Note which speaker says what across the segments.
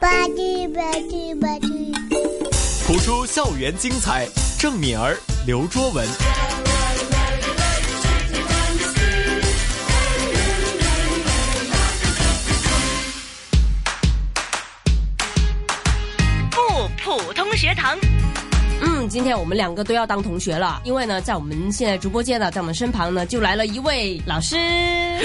Speaker 1: 吧唧吧唧吧唧。
Speaker 2: 谱出校园精彩，郑敏儿、刘卓文。
Speaker 3: 不普通学堂。
Speaker 4: 嗯，今天我们两个都要当同学了，因为呢，在我们现在直播间呢，在我们身旁呢，就来了一位老师。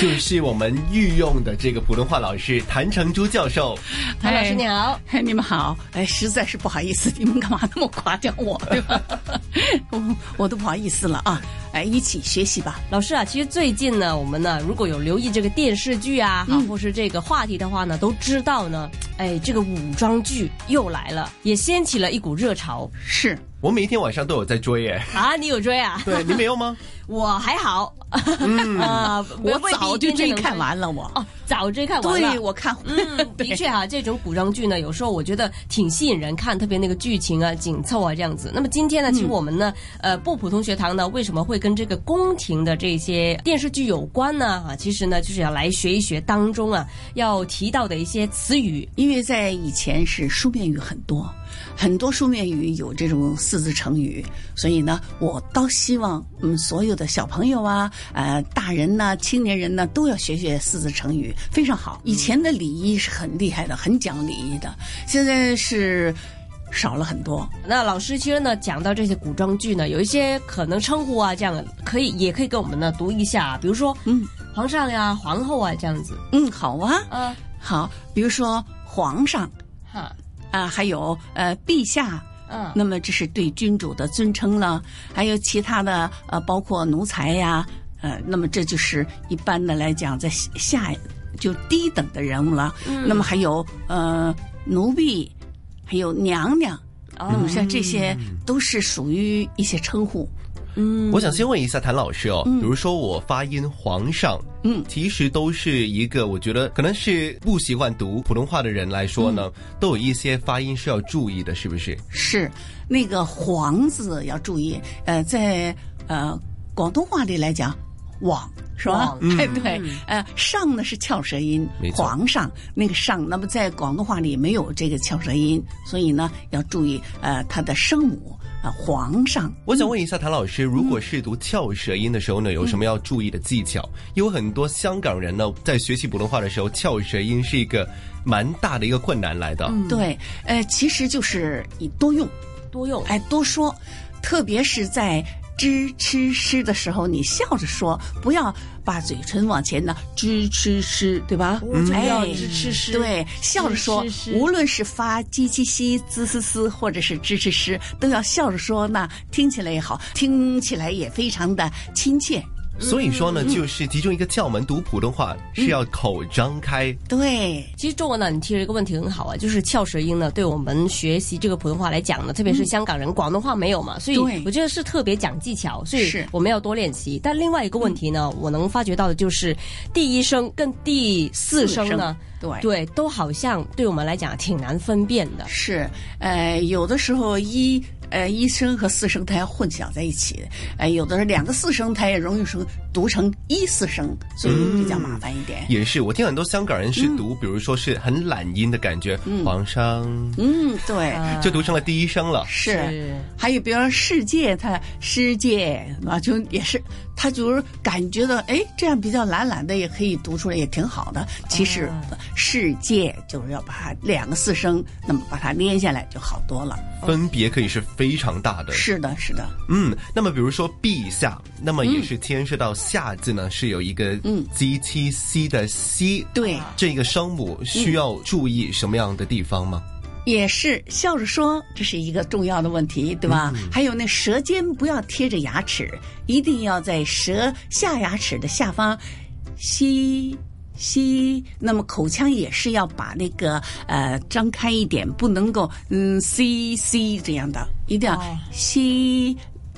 Speaker 2: 就是我们御用的这个普通话老师谭成珠教授，
Speaker 4: 谭老师你好，
Speaker 5: 哎， 你们好，哎，实在是不好意思，你们干嘛那么夸奖我，对吧？ 我我都不好意思了啊！哎，一起学习吧。
Speaker 4: 老师啊，其实最近呢，我们呢，如果有留意这个电视剧啊，
Speaker 3: 嗯
Speaker 4: 啊，或是这个话题的话呢，都知道呢，哎，这个武装剧又来了，也掀起了一股热潮
Speaker 5: 是，
Speaker 2: 我每一天晚上都有在追耶。
Speaker 4: 啊！你有追啊？
Speaker 2: 对，你没有吗？
Speaker 4: 我还好，
Speaker 3: 嗯
Speaker 4: 啊，
Speaker 5: 嗯我
Speaker 4: 未必
Speaker 5: 早就
Speaker 4: 天天
Speaker 5: 追
Speaker 4: 能
Speaker 5: 看完了，我。
Speaker 4: 哦，早追看完了。
Speaker 5: 对，我看，
Speaker 4: 嗯，的确啊，这种古装剧呢，有时候我觉得挺吸引人看，特别那个剧情啊紧凑啊这样子。那么今天呢，
Speaker 5: 嗯
Speaker 4: 其实我们呢，呃，不普通学堂呢，为什么会跟这个宫廷的这些电视剧有关呢？啊，其实呢，就是要来学一学当中啊要提到的一些词语。
Speaker 5: 因为在以前是书面语很多，很多书面语有这种四字成语，所以呢，我倒希望嗯，所有的小朋友啊，呃，大人呐、青年人呐，都要学学四字成语，非常好。以前的礼仪是很厉害的，很讲礼仪的，现在是少了很多。
Speaker 4: 那老师其实呢，讲到这些古装剧呢，有一些可能称呼啊，这样可以也可以给我们呢读一下啊，比如说
Speaker 5: 嗯
Speaker 4: 皇上呀、皇后啊这样子。
Speaker 5: 嗯，好啊，
Speaker 4: 啊，
Speaker 5: 好，比如说皇上
Speaker 4: 哈，
Speaker 5: 啊、还有呃陛下。
Speaker 4: 嗯，
Speaker 5: 那么这是对君主的尊称了，还有其他的呃，包括奴才呀，呃，那么这就是一般的来讲，在下下就低等的人物了。那么还有呃奴婢，还有娘娘，那么像这些都是属于一些称呼。
Speaker 2: 我想先问一下谭老师哦，比如说我发音皇上，嗯，其实都是一个，我觉得可能是不习惯读普通话的人来说呢，都有一些发音是要注意的，是不是？
Speaker 5: 是那个“皇”字要注意，呃，在呃广东话里来讲，“网”是吧
Speaker 4: 网？
Speaker 5: 哎，对，呃，上呢是翘舌音
Speaker 2: 没，错
Speaker 5: 皇上那个上，那么在广东话里没有这个翘舌音，所以呢要注意呃它的声母啊、呃皇上
Speaker 2: 我想问嗯一下谭老师，如果是读翘舌音的时候呢，有什么要注意的技巧？有很多香港人呢，在学习普通话的时候，翘舌音是一个蛮大的一个困难来的。
Speaker 5: 对，呃，其实就是你多用，
Speaker 4: 多用。
Speaker 5: 哎，多说，特别是在知吃吃的时候，你笑着说，不要把嘴唇往前呢，知吃吃，对吧？
Speaker 4: 就
Speaker 5: 哎，
Speaker 4: 要知吃吃
Speaker 5: 对，笑着说
Speaker 4: 知，吃吃
Speaker 5: 无论是发叽叽西、滋滋滋，或者是知吃吃，都要笑着说，那听起来也好，听起来也非常的亲切。
Speaker 2: 所以说呢，就是其中一个窍门，读普通话是要口张开。
Speaker 5: 对，
Speaker 4: 其实中文呢，你提了一个问题很好啊，就是翘舌音呢，对我们学习这个普通话来讲呢，特别是香港人、广东话没有嘛，所以
Speaker 5: 嗯对
Speaker 4: 我觉得是特别讲技巧，所以
Speaker 5: 是嗯
Speaker 4: 我们要多练习。但另外一个问题呢，我能发觉到的就是第一声跟第四声呢，
Speaker 5: 四声对
Speaker 4: 对，都好像对我们来讲挺难分辨的。
Speaker 5: 是，呃，有的时候一呃一声和四声它要混淆在一起，呃，有的是两个四声它也容易说读成一四声，所以比较麻烦一点。
Speaker 2: 也是，我听很多香港人是读，比如说是很懒音的感觉，皇上
Speaker 5: 嗯，对，
Speaker 2: 就读成了第一声了。
Speaker 5: 是。还有，比方说世界，它世界啊，就也是，他就是感觉到，哎，这样比较懒懒的，也可以读出来，也挺好的。其实，世界就是要把它两个四声，那么把它连下来就好多了。
Speaker 2: 分别可以是非常大的。
Speaker 5: 是的，是的。
Speaker 2: 嗯，那么比如说陛下，那么
Speaker 5: 嗯
Speaker 2: 也是牵涉到下字呢，是有一个嗯 g 七 c 的 c，
Speaker 5: 对
Speaker 2: 这个声母需要注意什么样的地方吗？
Speaker 5: 也是笑着说，这是一个重要的问题，对吧？还有那舌尖不要贴着牙齿，一定要在舌下牙齿的下方吸吸。那么口腔也是要把那个呃张开一点，不能够嗯吸吸这样的，一定要
Speaker 4: 哦
Speaker 5: 吸。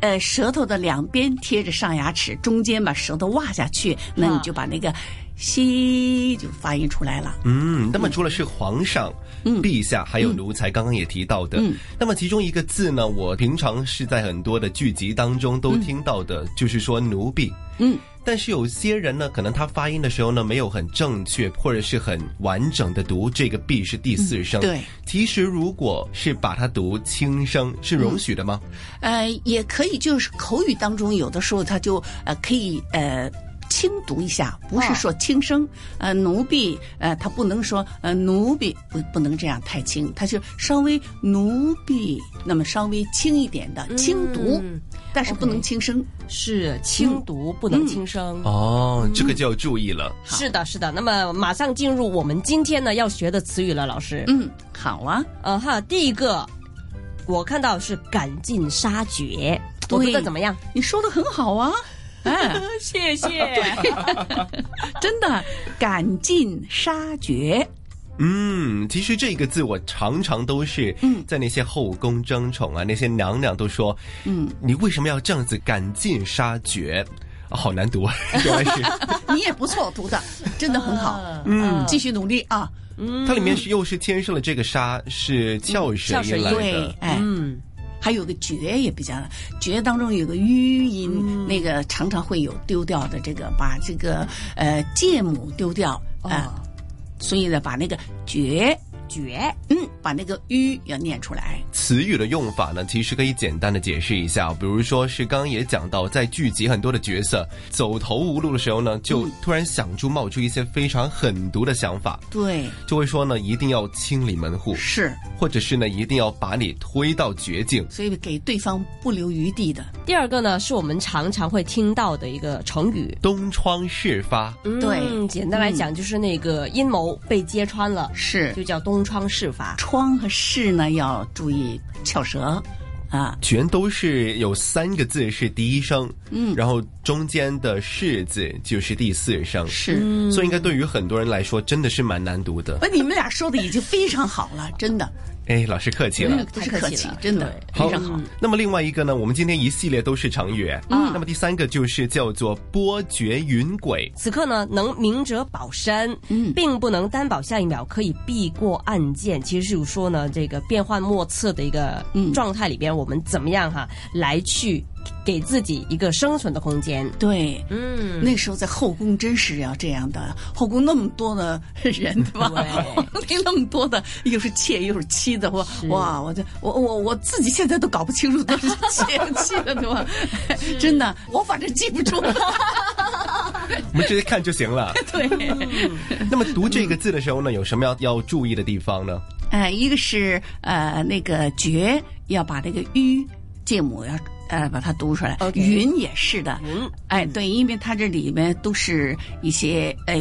Speaker 5: 呃，舌头的两边贴着上牙齿，中间把舌头挖下去，那你
Speaker 4: 啊
Speaker 5: 就把那个“吸”就发音出来了。
Speaker 2: 嗯，那么除了是皇上、
Speaker 5: 嗯
Speaker 2: 陛下，还有奴才，刚刚也提到的，那么其中一个字呢，我平常是在很多的剧集当中都听到的，就是说奴婢。
Speaker 5: 嗯，
Speaker 2: 但是有些人呢，可能他发音的时候呢，没有很正确或者是很完整的读这个 b 是第四声。
Speaker 5: 嗯对，
Speaker 2: 其实如果是把它读轻声，是容许的吗？
Speaker 5: 呃，也可以，就是口语当中有的时候它就呃可以呃。轻读一下，不是说轻声，呃，奴婢，呃，他不能说，呃，奴婢不不能这样太轻，他就稍微奴婢，那么稍微轻一点的轻读，
Speaker 4: 嗯
Speaker 5: 但是不
Speaker 4: OK
Speaker 5: 能轻声。
Speaker 4: 是轻读，不能轻声。
Speaker 5: 嗯
Speaker 2: 哦，这个就要注意了。
Speaker 4: 是的，是的。那么马上进入我们今天呢要学的词语了，老师。
Speaker 5: 嗯，好啊，
Speaker 4: 呃哈，第一个我看到是赶尽杀绝，我
Speaker 5: 对
Speaker 4: 读的怎么样？
Speaker 5: 你说的很好啊，哎，
Speaker 4: 谢 谢。
Speaker 5: 真的，赶尽杀绝，
Speaker 2: 嗯，其实这个字我常常都是在那些后宫争宠啊，那些娘娘都说，嗯，你为什么要这样子赶尽杀绝？啊好难读啊，原来是。
Speaker 5: 你也不错，读的真的很好，
Speaker 4: 嗯
Speaker 5: 继续努力啊，
Speaker 2: 它里面是又是添上了这个“沙”，是翘舌
Speaker 4: 翘舌
Speaker 2: 音
Speaker 4: 音
Speaker 2: 来
Speaker 5: 对
Speaker 2: 的，。
Speaker 5: 哎，
Speaker 4: 嗯，
Speaker 5: 还有个绝也比较，绝当中有个吁音，
Speaker 4: 嗯
Speaker 5: 那个常常会有丢掉的这个，把这个呃介母丢掉啊、呃
Speaker 4: 哦
Speaker 5: 所以呢，把那个绝，
Speaker 4: 绝。
Speaker 5: 嗯，把那个吁要念出来，
Speaker 2: 词语的用法呢，其实可以简单的解释一下，比如说是刚刚也讲到，在剧集很多的角色走投无路的时候呢，就突然想出冒出一些非常狠毒的想法，
Speaker 5: 对，
Speaker 2: 就会说呢，一定要清理门户，
Speaker 5: 是，
Speaker 2: 或者是呢，一定要把你推到绝境。
Speaker 5: 所以给对方不留余地的，
Speaker 4: 第二个呢，是我们常常会听到的一个成语。嗯
Speaker 2: 东窗事发，
Speaker 5: 对
Speaker 4: 简单来讲就是那个阴谋被揭穿了，
Speaker 5: 是
Speaker 4: 就叫东窗事发。
Speaker 5: 窗和室呢要注意翘舌啊，
Speaker 2: 全都是有三个字是第一声，嗯，然后中间的“是”字就是第四声，
Speaker 5: 是。
Speaker 4: 嗯
Speaker 2: 所以应该对于很多人来说，真的是蛮难读的。
Speaker 5: 不，你们俩说的已经非常好了，真的，
Speaker 2: 哎，老师客气了。
Speaker 5: 不
Speaker 4: 太
Speaker 5: 是
Speaker 4: 客
Speaker 5: 客
Speaker 4: 气
Speaker 5: 气
Speaker 4: 了，嗯
Speaker 5: 真的嗯非常好。
Speaker 2: 那么另外一个呢，我们今天一系列都是成语，嗯，那么第三个就是叫做波谲云诡。
Speaker 4: 此刻呢，能明哲保身，
Speaker 5: 嗯
Speaker 4: 并不能担保下一秒可以避过案件。其实是说呢，这个变幻莫测的一个
Speaker 5: 嗯
Speaker 4: 状态里边，我们怎么样哈、来去给自己一个生存的空间？
Speaker 5: 对，
Speaker 4: 嗯，
Speaker 5: 那时候在后宫真是要这样的，后宫那么多的人， 对吧？那那么多的，又是妾又是妻的，我哇，我这我我我自己现在都搞不清楚都是 妾妻的，对吧？真的，我反正记不 住。
Speaker 2: 我们直接看就行了。对。 那么读这个字的时候呢，有什么要要注意的地方呢？
Speaker 5: 呃，一个是呃那个绝要把那个吁字母要呃把它读出来
Speaker 4: OK
Speaker 5: 云也是的，
Speaker 4: 云
Speaker 5: 哎对，因为它这里面都是一些呃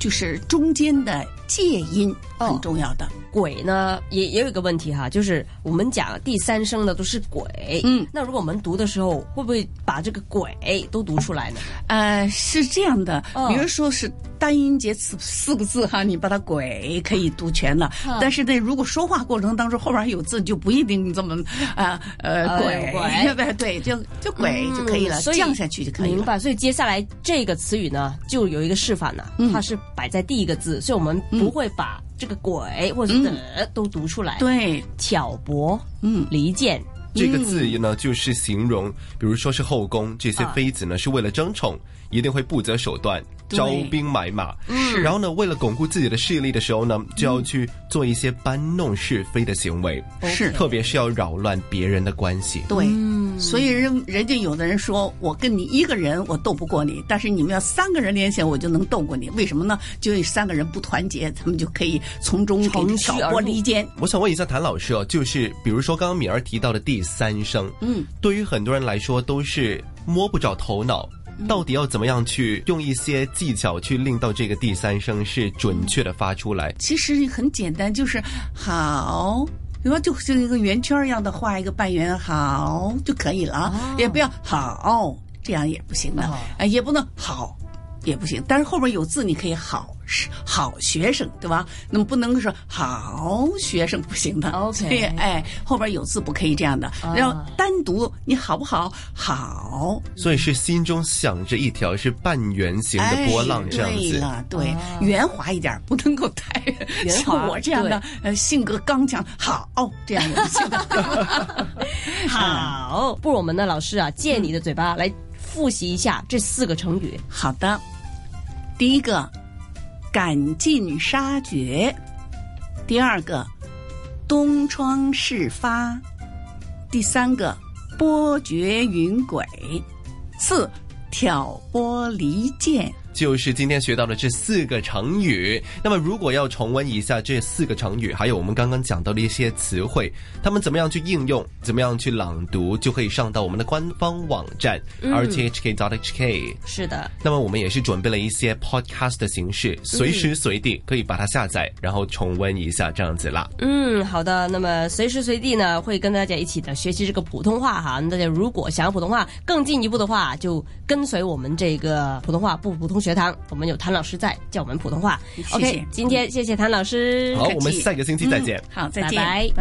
Speaker 5: 就是中间的介音
Speaker 4: 哦
Speaker 5: 很重要的，
Speaker 4: 鬼呢，也也有一个问题哈，就是我们讲第三声的都是鬼，
Speaker 5: 嗯，
Speaker 4: 那如果我们读的时候，会不会把这个鬼都读出来呢？
Speaker 5: 呃是这样的，
Speaker 4: 哦
Speaker 5: 比如说是单音节词四个字哈，你把它鬼可以读全了，但是呢，如果说话过程当中后边有字，你就不一定这么啊呃
Speaker 4: 呃
Speaker 5: 鬼
Speaker 4: 鬼 嗯
Speaker 5: 对对，就就鬼就嗯可以了，
Speaker 4: 所以
Speaker 5: 降下去就可以
Speaker 4: 明
Speaker 5: 了。
Speaker 4: 白。所以接下来这个词语呢，就有一个示范呢、
Speaker 5: 嗯
Speaker 4: 它是摆在第一个字，所以我们不会把这个鬼或者是的都读出来。，
Speaker 5: 嗯对，
Speaker 4: 挑拨，
Speaker 5: 嗯，
Speaker 4: 离间，
Speaker 2: 这个字呢，就是形容，比如说是后宫这些
Speaker 4: 啊
Speaker 2: 妃子呢，是为了争宠，一定会不择手段，
Speaker 5: 对嗯
Speaker 2: 招兵买马。是。然后呢，为了巩固自己的势力的时候呢，就要去做一些搬弄是非的行为，
Speaker 5: 是
Speaker 2: 特别是要扰乱别人的关系。
Speaker 5: 对，
Speaker 4: 嗯
Speaker 5: 所以人人家有的人说我跟你一个人我斗不过你，但是你们要三个人联线我就能斗过你，为什么呢？就是三个人不团结，他们就可以从中给
Speaker 4: 乘
Speaker 5: 你
Speaker 4: 虚
Speaker 5: 挑
Speaker 4: 而
Speaker 5: 拨
Speaker 4: 入
Speaker 5: 离间。
Speaker 2: 我想问一下谭老师哦，就是比如说刚刚敏儿提到的第三声，
Speaker 5: 嗯，
Speaker 2: 对于很多人来说都是摸不着头脑，
Speaker 5: 嗯
Speaker 2: 到底要怎么样去用一些技巧去令到这个第三声是准确的发出来？
Speaker 5: 其实很简单，就是好。然后就像一个圆圈一样的画一个半圆，好就可以了啊，也不要好，这样也不行的，
Speaker 4: 哦
Speaker 5: 啊、也不能好，也不行。但是后边有字，你可以好是好学生，对吧？那么不能说好学生不行的
Speaker 4: OK
Speaker 5: 所以 哎，后边有字不可以这样的。
Speaker 4: 啊
Speaker 5: 然后单独你好不好？好，
Speaker 2: 所以是心中想着一条是半圆形的波浪这样
Speaker 5: 哎、
Speaker 2: 子
Speaker 5: 对。了，对，
Speaker 4: 啊
Speaker 5: 圆滑一点儿，不能够太
Speaker 4: 圆
Speaker 5: 像
Speaker 4: 滑
Speaker 5: 我这样的呃性格刚强，好哦这样也 不行的。
Speaker 4: 啊好，不如我们呢，老师啊，借你的嘴巴来。复习一下这四个成语。
Speaker 5: 好的，第一个赶尽杀绝，第二个东窗事发，第三个波谲云诡，四挑拨离间。
Speaker 2: 就是今天学到的这四个成语。那么，如果要重温一下这四个成语，还有我们刚刚讲到的一些词汇，他们怎么样去应用，怎么样去朗读，就可以上到我们的官方网站
Speaker 5: 嗯
Speaker 2: r t h k dot h k。
Speaker 4: 是的，
Speaker 2: 那么我们也是准备了一些 podcast 的形式，随时
Speaker 5: 嗯
Speaker 2: 随地可以把它下载，然后重温一下这样子啦。
Speaker 4: 嗯，好的。那么随时随地呢，会跟大家一起的学习这个普通话哈。那大家如果想要普通话更进一步的话，就跟随我们这个普通话不普通学堂，我们有谭老师在教我们普通话。
Speaker 5: 谢谢
Speaker 4: OK，今天谢谢谭老师，
Speaker 2: 好
Speaker 5: 客，气
Speaker 2: 我们下个星期再见。
Speaker 5: 嗯好，再
Speaker 4: 拜
Speaker 5: 见。
Speaker 4: 拜。